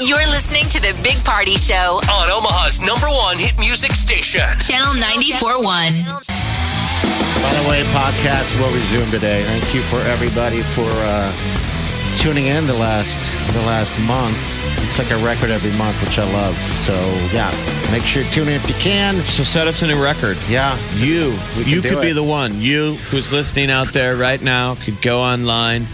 You're listening to the Big Party Show, On Omaha's number one hit music station. Channel 94.1. By the way, podcast will resume today. Thank you for everybody for uh, tuning in the last the last month. It's like a record every month, which I love. So yeah, make sure you tune in if you can. So set us a new record. Yeah, You, We can you do could be it. the one. You who's listening out there right now could go online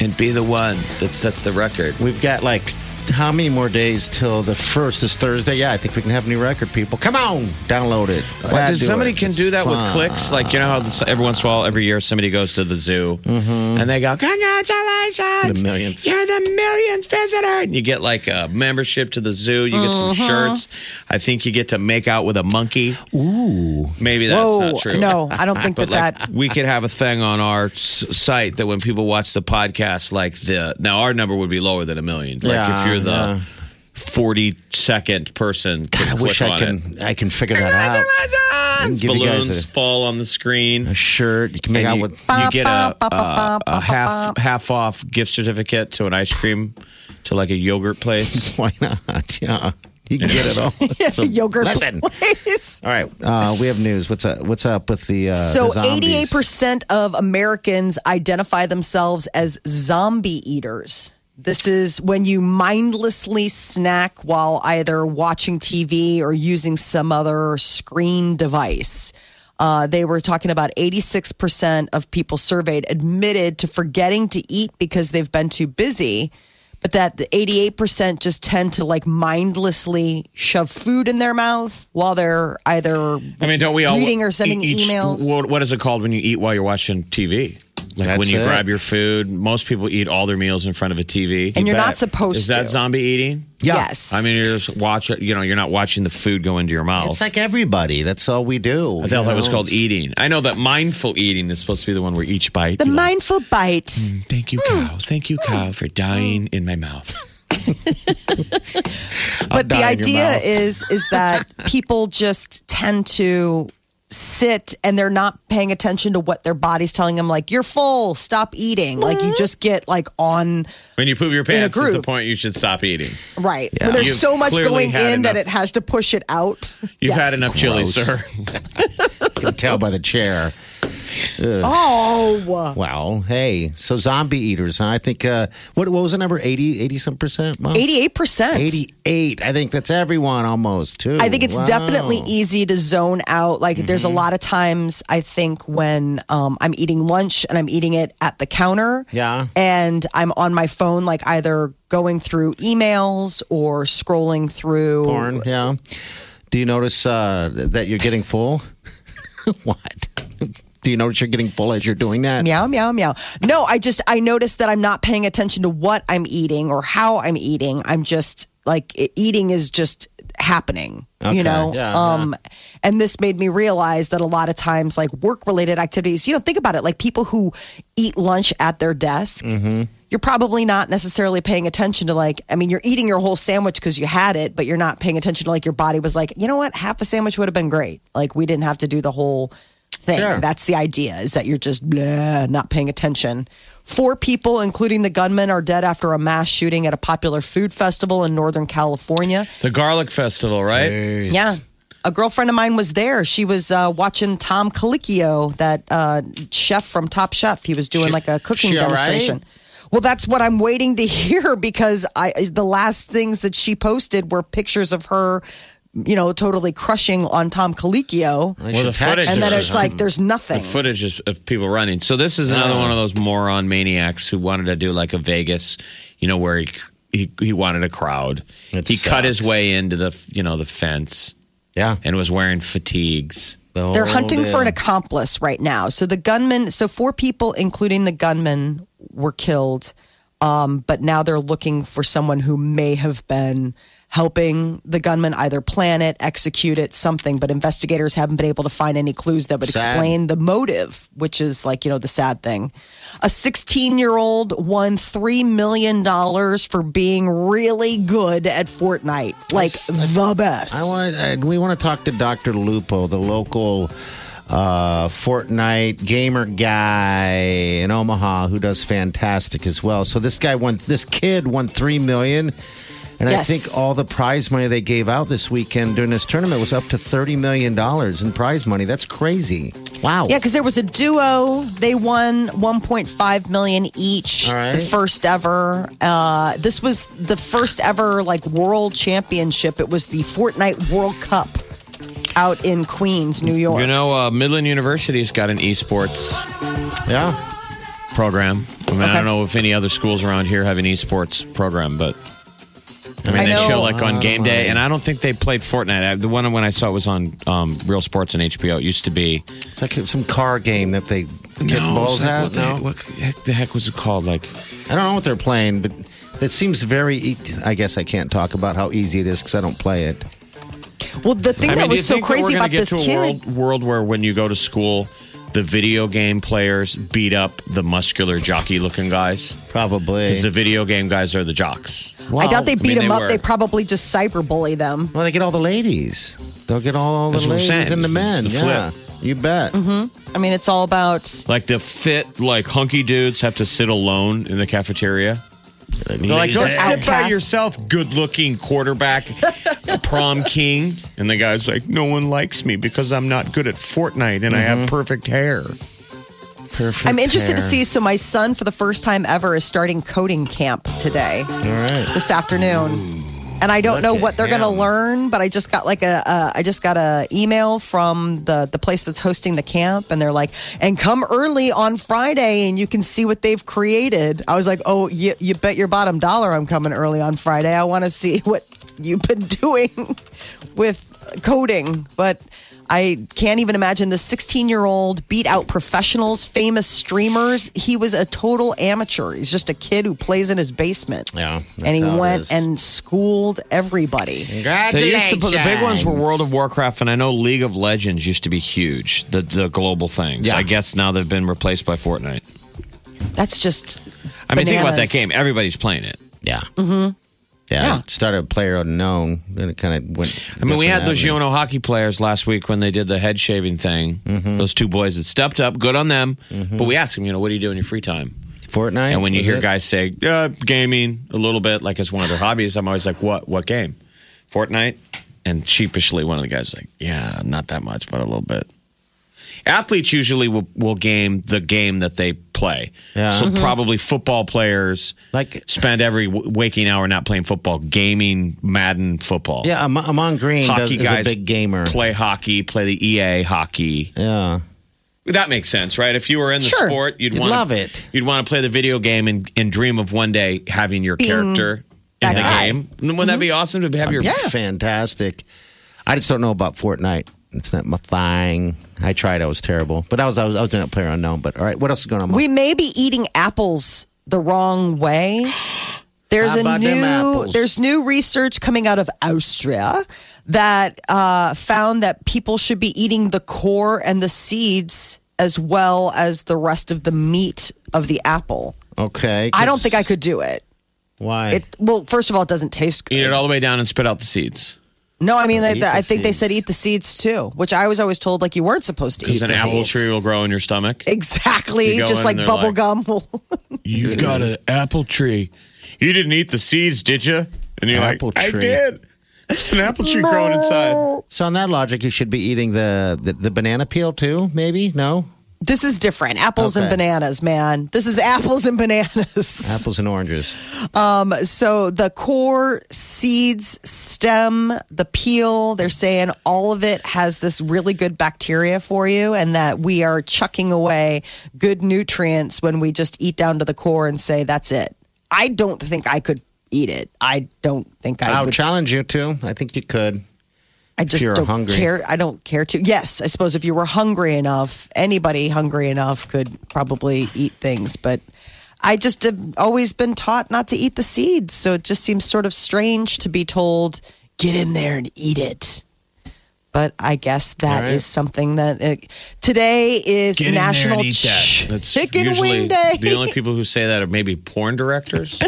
and be the one that sets the record. we've got like how many more days till the first is Thursday? Yeah, I think we can have new record. People, come on, download it. Yeah, Well, do somebody it. can It's do that with fun. clicks. Like you know how this, every once in a while, every year, somebody goes to the zoo and they go, "Congratulations, Mm-hmm. The millionth. You're the millionth visitor!" And you get like a membership to the zoo. You get some Uh-huh. shirts. I think you get to make out with a monkey. Ooh, maybe that's Whoa, not true. no, I don't think But that like, that. we could have a thing on our s- site that when people watch the podcast, like the now our number would be lower than a million. Like Yeah, if you're yeah. the forty second person, can I click wish I on it. can. I can figure that out. Congratulations! Give you guys Balloons a- fall on the screen. A shirt you can make And out you, with. you get a, a, a half half off gift certificate to an ice cream to like a yogurt place. Why not? Yeah, you can get it all. It's a Yogurt Lesson. place. All right, uh, we have news. What's up? What's up with the uh, So, the zombies? eighty-eight percent of Americans identify themselves as zombie eaters. This is when you mindlessly snack while either watching TV or using some other screen device. Uh, they were talking about 86% of people surveyed admitted to forgetting to eat because they've been too busy, but that the 88% just tend to like mindlessly shove food in their mouth while they're either I mean, don't we all Reading or sending emails. What, what is it called when you eat while you're watching TV? Like That's when you it. grab your food, most people eat all their meals in front of a TV. and You you're not bet. supposed is that to. zombie eating? Yeah. Yes. I mean, you're just watch. You know, you're not watching the food go into your mouth. It's like everybody. That's all we do. I thought that was called eating. I know that mindful eating is supposed to be the one where each bite. the you know, mindful bite. Thank you, cow. Thank you, cow, for dying in my mouth. But the die in your idea mouth. is is that people just tend to sit and they're not paying attention to what their body's telling them like you're full, stop eating. Like you just get like on When you poop your a pants is the groove. point you should stop eating. right. When there's You've so much clearly going had in that enough- it has to push it out. You've had enough chili, Gross. sir. You can tell by the chair. Oh, Wow. Hey, so zombie eaters. Huh? I think, uh, what, what was the number? 80, 80 some percent? Mom? 88%. 88. I think that's everyone almost, too. I think it's Wow. Mm-hmm. definitely e- easy to zone out. Like, there's a lot of times I think when um, I'm eating lunch and I'm eating it at the counter. Yeah. And I'm on my phone, like either going through emails or scrolling through. Porn, yeah. Do you notice uh, that you're getting full? what? Do you notice you're getting full as you're doing that? Meow, meow, meow. No, I just, I noticed that I'm not paying attention to what I'm eating or how I'm eating. I'm just like, e- eating is just happening, Okay, you know? yeah, um, And this made me realize that a lot of times, like work related activities, you know, think about it like people who eat lunch at their desk. You're probably not necessarily paying attention to like, I mean, you're eating your whole sandwich because you had it, but you're not paying attention to like your body was like, you know what, half a sandwich would have been great. Like we didn't have to do the whole thing. Sure. That's the idea is that you're just blah, not paying attention. Four people, including the gunman, are dead after a mass shooting at a popular food festival in Northern California. The garlic festival, right? Yeah. A girlfriend of mine was there. She was uh, watching Tom Colicchio, that uh, chef from Top Chef. He was doing She- like a cooking she all right? demonstration. Well, that's what I'm waiting to hear because I the last things that she posted were pictures of her, you know, totally crushing on Tom Colicchio. I Well, should the text footage her And then that or it's like there's nothing. Footage is of people running. So this is another Yeah. one of those moron maniacs who wanted to do like a Vegas, you know, where he he, he wanted a crowd. It he cut his sucks. way into the you know the fence Yeah. and was wearing fatigues. Oh, They're hunting for an accomplice right now. So the gunman, so four people, including the gunman, were killed. Um, but now they're looking for someone who may have been helping the gunman either plan it, execute it, something. But investigators haven't been able to find any clues that would Sad. explain the motive, which is like, you know, the sad thing. A 16 year old won $3 million for being really good at Fortnite. Like the best. I want. I, we want to talk to Doctor Lupo, the local uh, Fortnite gamer guy in Omaha, who does fantastic as well. So this guy won. This kid won three million. And Yes. I think all the prize money they gave out this weekend during this tournament was up to thirty million dollars in prize money. That's crazy! Wow. Yeah, because there was a duo. They won 1.5 million each. All right. The first ever. Uh, this was the first ever like world championship. It was the Fortnite World Cup out in Queens, New York. You know, uh, Midland University's got an esports yeah. program. I mean, I Okay. don't know if any other schools around here have an esports program, but I mean, I they know- show like Oh on game day, and I don't think they played Fortnite. I, the one when I saw it was on um, Real Sports and HBO. It used to be It's like some car game that they kick balls like, at. What, the, no? what heck, the heck was it called? Like I don't know what they're playing, but it seems very. E- I guess I can't talk about how easy it is because I don't play it. well, the thing I that mean, do you was so think that we're crazy gonna about get this to a kid. world, world where when you go to school, the video game players beat up the muscular jockey looking guys Probably. because the video game guys are the jocks. Wow. I doubt they beat mean, they him up. were. They probably just cyberbully them. Well, they get all the ladies. They'll get all, all the That's what ladies I'm saying. and the It's- men. it's the Mm-hmm. yeah, you bet. I mean, it's all about Like the fit, like hunky dudes have to sit alone in the cafeteria. They're like, go Lazy. sit by Outcast. yourself, good looking quarterback, prom king. And the guy's like, no one likes me because I'm not good at Fortnite and I have perfect hair. Perfect. I'm interested to pair. see. So, my son, for the first time ever, is starting coding camp today. All right. this afternoon. And I don't Look know at what they're going to him. learn, but I just got like a uh, I just got a email from the the place that's hosting the camp, and they're like, "And come early on Friday, and you can see what they've created." I was like, "Oh, you, you bet your bottom dollar I'm coming early on Friday. I want to see what you've been doing with coding." But I can't even imagine this 16 year old beat out professionals, famous streamers. He was a total amateur. He's just a kid who plays in his basement Yeah, that's and he how it went is. and schooled everybody. They used to put the big ones Congratulations. were World of Warcraft, and I know League of Legends used to be huge, the the global things. Yeah. I guess now they've been replaced by Fortnite. That's just. I mean, think about that bananas. game. Everybody's playing it. Yeah. Mm-hmm. Yeah. Yeah. it Started with player unknown, then it kind of went. I mean, we had those different Yono hockey players last week when they did the head shaving thing. Those two boys that stepped up, good on them. But we asked them, you know, what do you do in your free time? avenues. Fortnite. And when you was hear it? guys say uh, gaming a little bit, like it's one of their hobbies, I'm always like, what? What game? Fortnite. And sheepishly, one of the guys is like, yeah, not that much, but a little bit. Athletes usually will, will game the game that they play. Yeah. Mm-hmm. So probably football players like, spend every w- waking hour not playing football, gaming Madden football. yeah, Am- Amon Green does, Hockey is a guys big gamer. Play hockey, play the EA hockey. yeah, That makes sense, right? If you were in the Sure. sport, you'd, You'd want love it. You'd want to play the video game and, and dream of one day having your character in that the guy. game. Wouldn't that be awesome to have your? fantastic. I just don't know about Fortnite. It's not my thing. I tried. I was terrible, but that was I was I was doing it player unknown. But all right, what else is going on? Mom? We may be eating apples the wrong way. There's How a about them new apples? there's new research coming out of Austria that uh, found that people should be eating the core and the seeds as well as the rest of the meat of the apple. okay. I don't think I could do it. Why? It well, first of all, it doesn't taste good. Eat it all the way down and spit out the seeds. No, I mean, Oh, they, eat the I think they seeds. said eat the seeds too, which I was always told like you weren't supposed to Because eat an the apple seeds. tree will grow in your stomach. Exactly, You go just in like there bubble like- gum. will- You've got an apple tree. You didn't eat the seeds, did you? And you're Apple like, I tree. did. It's an apple tree growing inside. So on that logic, you should be eating the the, the banana peel too. Maybe no this is different. Apples and Okay. bananas, man. This is apples and bananas. apples and oranges. So the core, seeds, stem, the peel, they're saying all of it has this really good bacteria for you and that we are chucking away good nutrients when we just eat down to the core and say that's it. I don't think I could eat it. I don't think I I'll would challenge you to. I think you could. I just you're don't hungry. care. I don't care to. Yes, I suppose if you were hungry enough, anybody hungry enough could probably eat things. But I just have always been taught not to eat the seeds. So it just seems sort of strange to be told, get in there and eat it. But I guess that is All right. something that it, today is Get in there and National eat that. Ch- That's Chicken usually Wing Day. The only people who say that are maybe porn directors.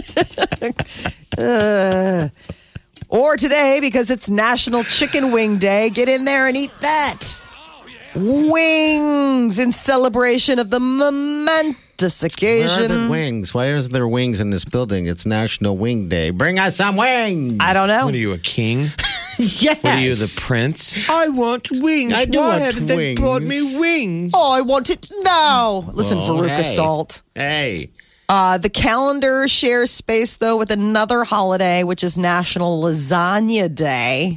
or today because it's National Chicken Wing Day. Get in there and eat that. Wings in celebration of the momentous Where are the occasion. wings? Why isn't there wings in this building? It's National Wing Day. Bring us some wings. I don't know. What are you, a king? yes. What are you, the prince? I want wings. I do Why want haven't they brought wings. me wings? Oh, I want it now. Listen, Well, Veruca hey. Salt. Hey. Uh, the calendar shares space, though, with another holiday, which is National Lasagna Day.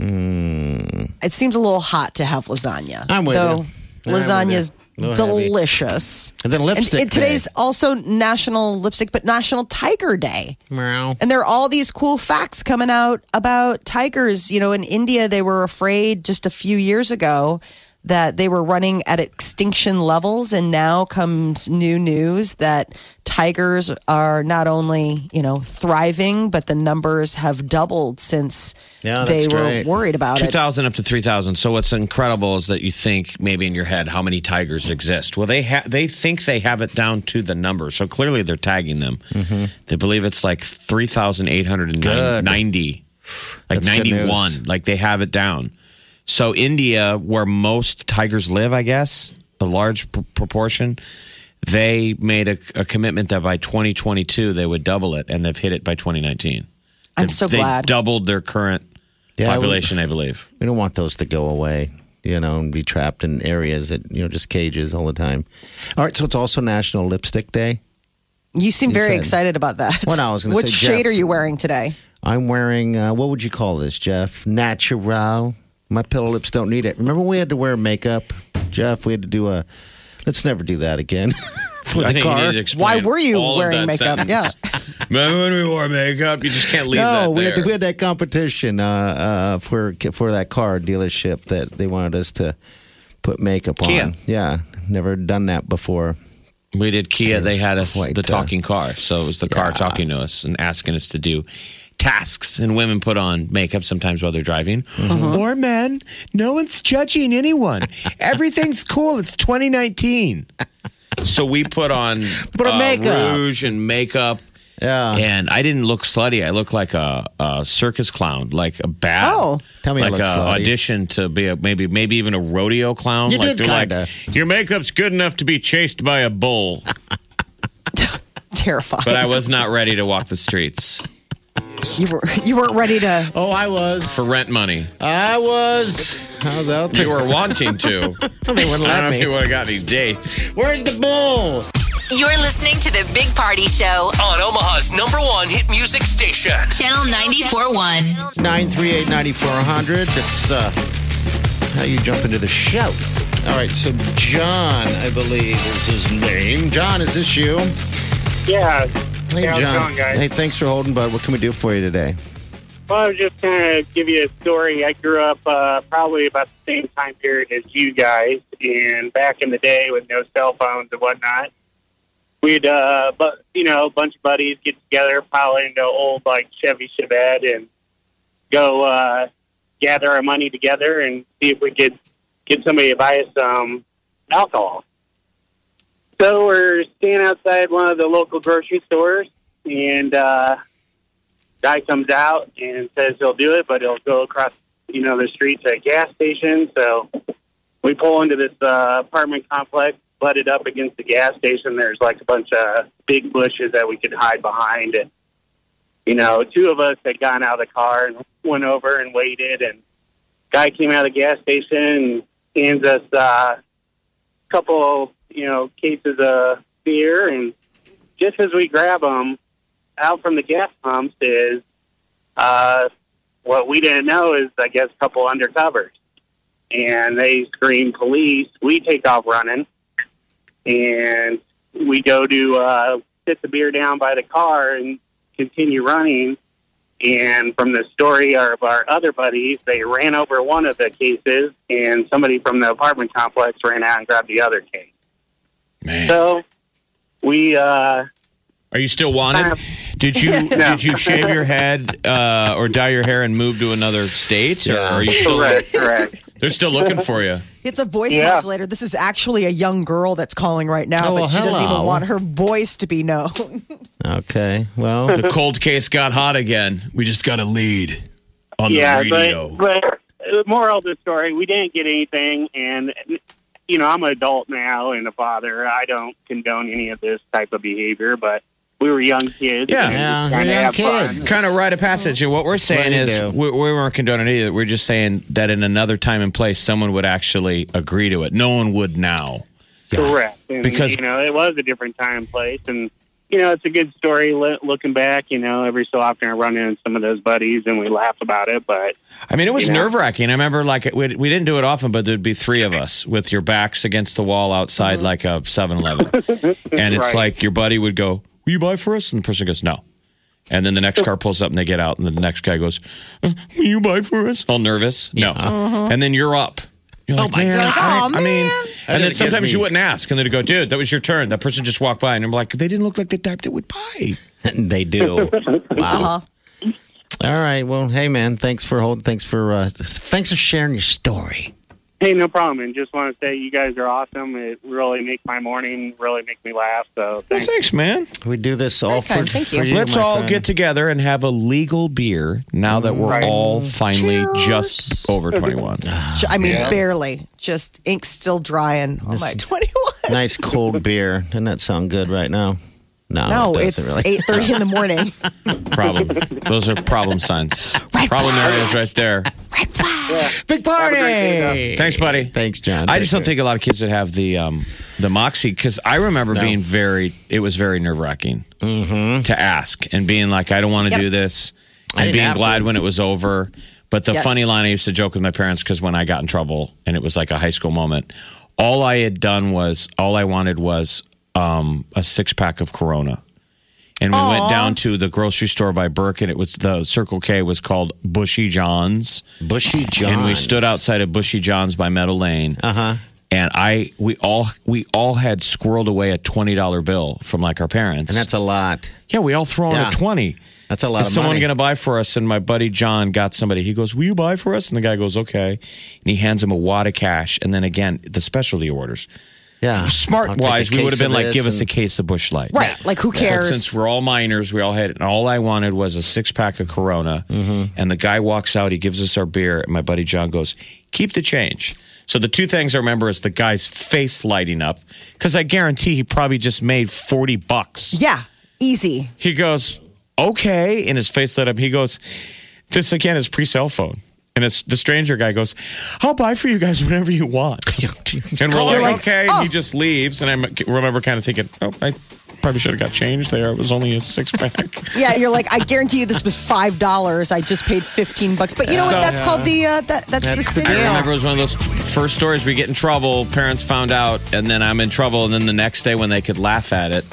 It seems a little hot to have lasagna. Hmm. I'm with though you. I'm Lasagna is with you. A little heavy. delicious. And then lipstick. and, and today's also National Lipstick, but National Tiger Day. day. Meow. And there are all these cool facts coming out about tigers. You know, in India, they were afraid just a few years ago that they were running at extinction levels. And now comes new news that tigers are not only, you know, thriving, but the numbers have doubled since Yeah, they that's were great. worried about it. 2,000 up to 3,000. So what's incredible is that you think maybe in your head how many tigers exist. Well, they ha- they think they have it down to the number. So clearly they're tagging them. Mm-hmm. They believe it's like 3,890, like That's good 91. news. Like they have it down. So India, where most tigers live, I guess, a large pr- proportion, they made a, a commitment that by 2022 they would double it, and they've hit it by 2019. I'm They- so they glad. doubled their current Yeah, we- population, I believe. We don't want those to go away, you know, and be trapped in areas that, you know, just cages all the time. All right, so it's also National Lipstick Day. You seem You very said- excited about that. Well, no, I was gonna Which say, shade Jeff- are you wearing today? I'm wearing, uh, what would you call this, Jeff? Natural. My pillow lips don't need it. Remember, we had to wear makeup, Jeff? We had to do a, let's never do that again. For the I think you car. need to explain Why were you all of that wearing makeup? sentence. Yeah. Remember when we wore makeup? You just can't leave no, that we had, there. we had that competition uh, uh, for for that car dealership that they wanted us to put makeup on. Kia. Yeah, never done that before. We did Kia. They had us Quite, the uh, talking car, so it was the car talking to us and asking us to do tasks. And women put on makeup sometimes while they're driving, Mm-hmm. or men. No one's judging anyone. Everything's cool. It's 2019. So we put on uh, Put on makeup. rouge and makeup. Yeah. And I didn't look slutty. I looked like a, a circus clown, like a bat. Oh. Tell me I like look a slutty. audition to be a, maybe maybe even a rodeo clown. You like did they're kinda. like your makeup's good enough to be chased by a bull, Terrifying. but I was not ready to walk the streets you, were, you weren't ready to Oh, I was. for rent money. I was. How about You were wanting to. They wouldn't I don't know let if you me. would have got any dates. Where's the bull? You're listening to the Big Party Show, On Omaha's number one hit music station. Channel 94.1. 938 9400. That's uh, how you jump into the show. All right, so John, I believe, is his name. John, is this you? Yeah. Hey, Hey, how's it John. going, guys? Hey, thanks for holding, bud. What can we do for you today? Well, I was just going to give you a story. I grew up uh, probably about the same time period as you guys, and back in the day with no cell phones and whatnot, we'd, uh, but you know, a bunch of buddies get together, pile into old like Chevy Chevette, and go uh, gather our money together and see if we could get somebody to buy us some alcohol. So we're standing outside one of the local grocery stores, and uh, guy comes out and says he'll do it, but he'll go across, you know, the street to a gas station. So we pull into this uh, apartment complex, butted up against the gas station. There's like a bunch of big bushes that we could hide behind. And, you know, two of us had gotten out of the car and went over and waited. And guy came out of the gas station and hands us uh, a couple, you know, cases of beer. And just as we grab them, out from the gas pumps is uh, what we didn't know is, I guess, a couple undercovers. And they scream police. We take off running. And we go to uh, sit the beer down by the car and continue running. And from the story of our other buddies, they ran over one of the cases, and somebody from the apartment complex ran out and grabbed the other case. Man, So we uh, Are you still wanted? Um, did you No. did you shave your head uh, or dye your hair and move to another state? Or are you still? Correct, correct. They're still looking for you. It's a voice Yeah. modulator. This is actually a young girl that's calling right now, Oh, but she doesn't even hello. want her voice to be known. Okay. Well, The cold case got hot again. We just got a lead on yeah, the radio. but but the moral of the story, we didn't get anything, and you know I'm an adult now and a father. I don't condone any of this type of behavior, but we were young kids. Yeah. Yeah, kind we're of young have fun. kids. kind of rite of passage. And what we're saying What do is, you do? we, we weren't condoning it either. We're just saying that in another time and place, someone would actually agree to it. No one would now. Correct. And, Because- you know, it was a different time and place, and you know, it's a good story lo- looking back. You know, every so often I run into some of those buddies and we laugh about it, but I mean, it was You know? nerve wracking. I remember, like, we, we didn't do it often, but there'd be three of us with your backs against the wall outside, like a 7 Eleven. And it's Mm-hmm. Right. like your buddy would go, Will you buy for us? And the person goes, No. And then the next car pulls up and they get out, and the next guy goes, uh, Will you buy for us? All nervous. No. And then you're up. You're like, man, I, I mean, That and then just gives sometimes me- you wouldn't ask, and they'd go, "Dude, that was your turn." That person just walked by, and I'm like, "They didn't look like the type that would buy." they do. Uh-huh. All right. Well, hey man, thanks for holding. Thanks for uh, thanks for sharing your story. hey, no problem. And just want to say you guys are awesome. It really makes my morning, really makes me laugh. So thanks. Thanks, man. We do this all for, Okay, thank you. for Let's my all friend. get together and have a legal beer now that we're Right. all finally Cheers. just over 21. J- I mean, barely. Just ink still drying on my 21. nice cold beer. Doesn't that sound good right now? No, No, Oh, it it's doesn't really. 8.30 in the morning. problem. Those are problem signs. problem areas right there. Big party. Thanks, buddy. Thanks, John. I just Take don't think a lot of kids would have the um, the moxie because I remember being very. It was very nerve wracking to ask and being like, I don't want to do this, and Mm-hmm. didn't being have glad when it was over. But the Yes. funny line I used to joke with my parents because when I got in trouble and it was like a high school moment, all I had done was all I wanted was um, a six pack of Corona. And we went down to the grocery store by Burke, and it was the Circle K was called Bushy John's. it. Bushy John. And we stood outside of Bushy John's by Meadow Lane. Uh huh. And I, we all, we all had squirreled away a twenty dollar bill from like our parents. And that's a lot. yeah, we all thrown Yeah. a twenty. That's a lot Is of someone money. going to buy for us? And my buddy John got somebody. He goes, "Will you buy for us?" And the guy goes, "Okay." And he hands him a wad of cash. And then again, the specialty orders. yeah. Ah, I'll Smart take a wise, we case would have been of like, this "Give us a and- case of Bush Light." right. Like, who But cares? since we're all minors, we all had it. And all I wanted was a six pack of Corona. Mm-hmm. And the guy walks out, he gives us our beer. And my buddy John goes, Keep the change. So the two things I remember is the guy's face lighting up because I guarantee he probably just made 40 bucks. yeah. Easy. He goes, Okay. And his face lit up. He goes, This again is pre cell phone. And it's the stranger guy goes, I'll buy for you guys whatever you want. And we're like, oh. okay. And he just leaves. And I remember kind of thinking, oh, I probably should have got changed there. It was only a six pack. Yeah, you're like, I guarantee you this was $5. I just paid 15 bucks. But you know So- what? That's called the, uh, that, that's, the That's the city I remember it was tax. one of those first stories we get in trouble, parents found out, and then I'm in trouble. And then the next day, when they could laugh at it,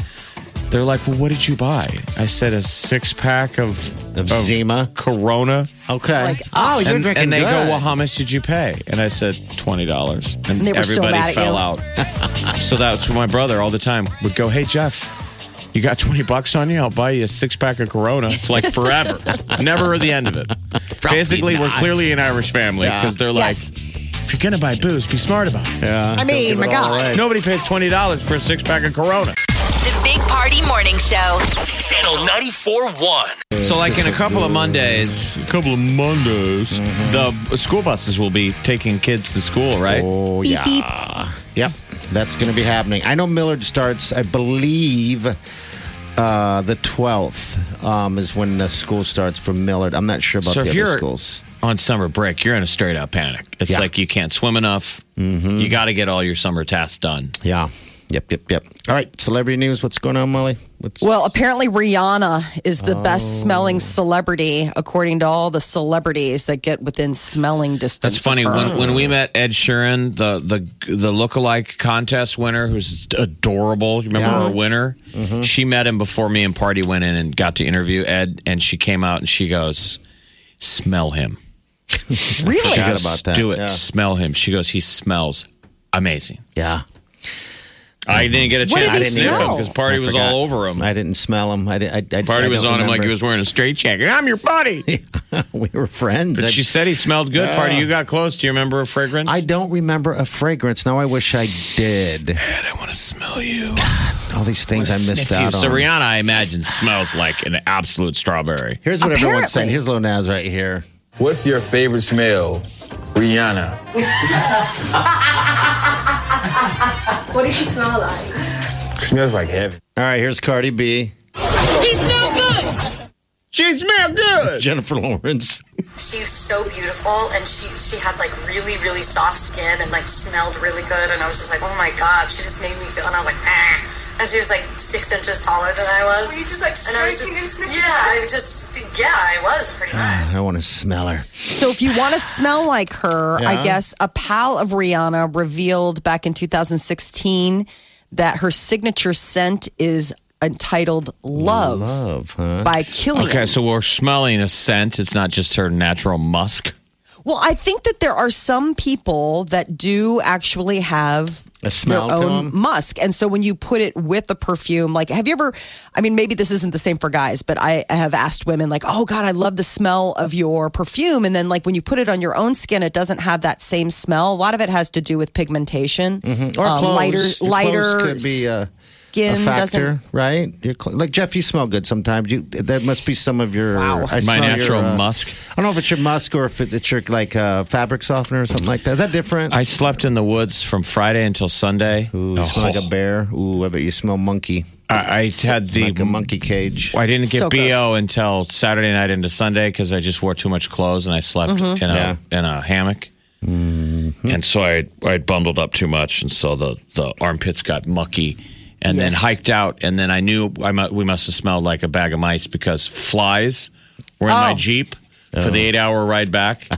they're like, Well, what did you buy? I said a six pack of, Of Zima. Corona. Okay. Like, oh, you're and, drinking and they good. go, Well, how much did you pay? And I said, $20. And, And they were so everybody mad at fell you. out. so that's when my brother all the time would go, Hey, Jeff. You got 20 bucks on you? I'll buy you a six pack of Corona for like forever. Never the end of it. Basically, we're not. clearly an Irish family because they're like, Yes. if you're gonna buy booze, be smart about it. Yeah. I mean, my God. Nobody pays twenty dollars for a six pack of Corona. The Big Party Morning Show. Channel 94.1. So, like in a couple of Mondays, a couple of Mondays, Mm-hmm. the school buses will be taking kids to school, right? Oh yeah. Yep. That's going to be happening. I know Millard starts, I believe, uh, the 12th um, is when the school starts for Millard. I'm not sure about So the if other you're- schools. On summer break, you're in a straight out panic. It's Yeah. Mm-hmm. like you can't swim enough. You got to get all your summer tasks done. Yeah. Yep, yep, yep. All right. Celebrity news. What's going on, Molly? What's, Well, apparently Rihanna is the best smelling Oh. celebrity, according to all the celebrities that get within smelling distance. That's funny. Of her. When, when we met Ed Sheeran, the the the lookalike contest winner, who's adorable. You remember Yeah. Mm-hmm. our winner? She met him before me and Party went in and got to interview Ed, and she came out and she goes, "Smell him." really? She goes, about that. Do it. Yeah. Smell him. She goes, "He smells amazing." yeah. I didn't get a What chance did to he sniff him smell? because Party I was forgot. all over him. I didn't smell him. I did, I, I, Party I was on don't him like he was remember. wearing a straight jacket. I'm your buddy. we were friends. But I, she said he smelled good. Party, you got close. Do you remember a fragrance? I don't remember a fragrance. Now I wish I did. I want to smell you. All these things I missed out so on. Rihanna, I imagine, smells like an absolute strawberry. Here's what everyone's saying. Apparently. Here's Lil Nas right here. What's your favorite smell? Rihanna. What does she smell like? Smells like heaven. All right, here's Cardi B, She smelled good. Jennifer Lawrence. She's so beautiful, and she she had like really really soft skin and like smelled really good, and I was just like, oh my god, she just made me feel, and I was like, ah, and she was like six inches taller than I was. Were you just like and I was just, Yeah, I just yeah, I was pretty much. I want to smell her. So if you want to smell like her, Yeah. I guess a pal of Rihanna revealed back in 2016 that her signature scent is entitled Love, Love, huh? by Killian. Okay, so we're smelling a scent. It's not just her natural musk. Well, I think that there are some people that do actually have A smell their to own them? musk. And so when you put it with a perfume, like have you ever I mean maybe this isn't the same for guys, but I, I have asked women like, "Oh god, I love the smell of your perfume." And then like when you put it on your own skin, it doesn't have that same smell. A lot of it has to do with pigmentation. Mm-hmm. Or Uh, clothes. lighter Your lighter clothes could be uh, a, a skin doesn't factor, right? Your cl- like Jeff, you smell good sometimes. You that must be some of your I My smell your, natural uh, musk. I don't know if it's your musk or if it- it's your like uh, fabric softener or something like that. Is that different? I slept in the woods from Friday until Sunday. Ooh, you smell like a bear. Ooh, I bet you smell monkey. I, I had the like a monkey cage. I didn't get So BO gross. until Saturday night into Sunday because I just wore too much clothes and I slept Mm-hmm. in a Yeah. Mm-hmm. in a hammock. And so I I bundled up too much, and so the the armpits got mucky, and then hiked out, and then I knew I mu- we must have smelled like a bag of mice because flies were in my Oh. jeep for the eight hour ride back,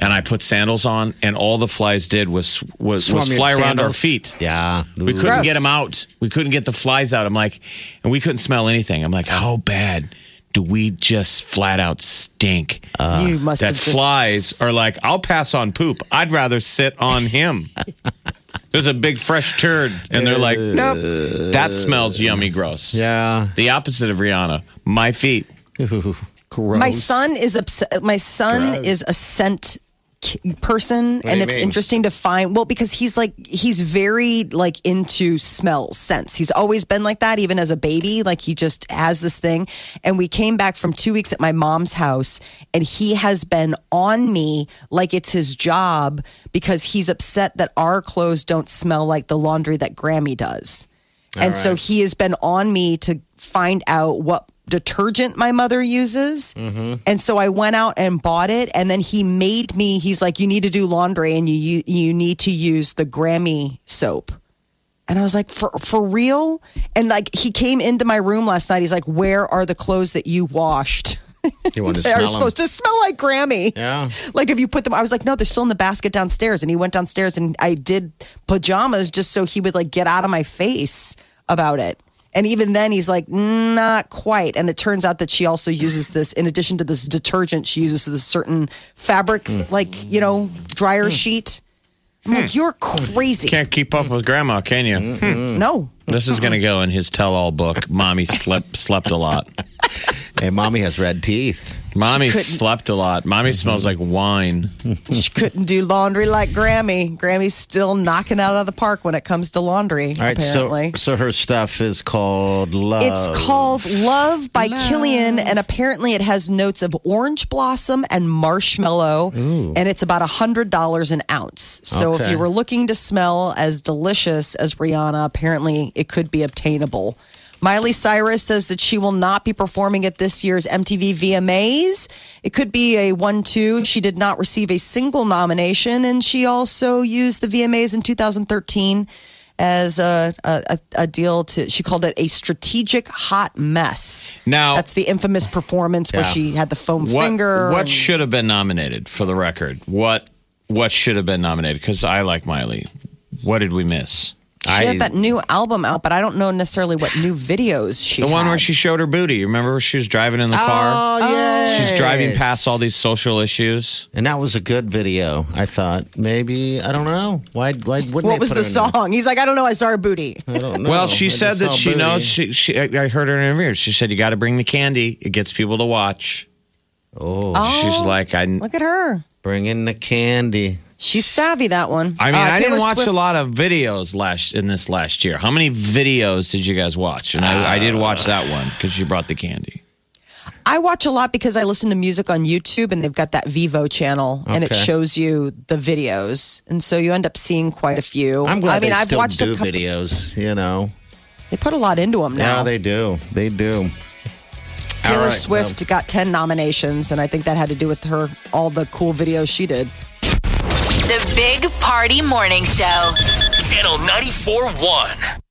and I put sandals on, and all the flies did was was was Swarm your fly around our sandals. feet. Yeah. We Ooh. couldn't Gross. get them out. We couldn't get the flies out. I'm like, and we couldn't smell anything. I'm like, how bad do we just flat out stink? you must Uh, that have just flies are like, I'll pass on poop. I'd rather sit on him. There's a big fresh turd, and they're like, nope, that smells yummy gross. Yeah. The opposite of Rihanna, my feet. Ooh, gross. My son is obs- my son is a scent k- person do and you it's mean? interesting to find well because he's like he's very like into smells scents he's always been like that even as a baby like he just has this thing and we came back from two weeks at my mom's house and he has been on me like it's his job because he's upset that our clothes don't smell like the laundry that grammy does and so he has been on me to find out what detergent my mother uses. And so I went out and bought it. And then he made me, he's like, you need to do laundry and you, you, you need to use the Grammy soap. And I was like, for, for real? And like, he came into my room last night. He's like, where are the clothes that you washed? You want to They smell are 'em. supposed to smell like Grammy. Yeah. Like if you put them, I was like, no, they're still in the basket downstairs. And he went downstairs and I did pajamas just so he would like get out of my face about it. And even then, he's like, not quite. And it turns out that she also uses this, in addition to this detergent, she uses this certain fabric, Hmm. like, you know, dryer sheet. I'm like, you're crazy. Can't keep up with grandma, can you? No. This is going to go in his tell all book. Mommy slept slept a lot. Hey, mommy has red teeth. Mommy couldn't- slept a lot. Mommy smells like wine. Hmm. She couldn't do laundry like Grammy. Grammy's still knocking out of the park when it comes to laundry, All right, apparently. so so her stuff is called love. It's called Love by Killian, and apparently it has notes of orange blossom and marshmallow, and it's about $100 an ounce. So if Okay. you were looking to smell as delicious as Rihanna, apparently it could be obtainable. Miley Cyrus says that she will not be performing at this year's MTV VMAs. It could be a one two. She did not receive a single nomination, and she also used the VMAs in 2013 as a, a, a- a deal to, she called it a strategic hot mess. Now- that's the infamous performance where Yeah. she had the foam Oh. what, finger. What and- should have been nominated for the record? What what should have been nominated? Because I like Miley. What did we miss? She I- had that new album out, but I don't know necessarily what new videos she. The one had. where she showed her booty. Remember, she was driving in the car. Oh. yeah. She's driving past all these social issues. And that was a good video. I thought maybe I don't know why. Why wouldn't What they was put the her in there? song? He's like, I don't know. I saw her booty. I don't know. well, she I said just that saw she booty. knows. She, she I I heard her in an interview. She said you got to bring the candy. It gets people to watch. Oh, She's like, I. Oh, Look at her. bring in the candy. She's savvy. That one. I mean, Uh, I Taylor didn't watch Swift- a lot of videos last in this last year. How many videos did you guys watch? And I, I did watch that one because she brought the candy. I watch a lot because I listen to music on YouTube and they've got that Vivo channel and it Okay. shows you the videos. And so you end up seeing quite a few. I'm glad I mean, they I've still watched do a couple. videos. You know, They put a lot into them yeah, now. they do. They do. Taylor All right, Swift got 10 nominations and I think that had to do with her all the cool videos she did. The Big Party Morning Show. Channel 94.1.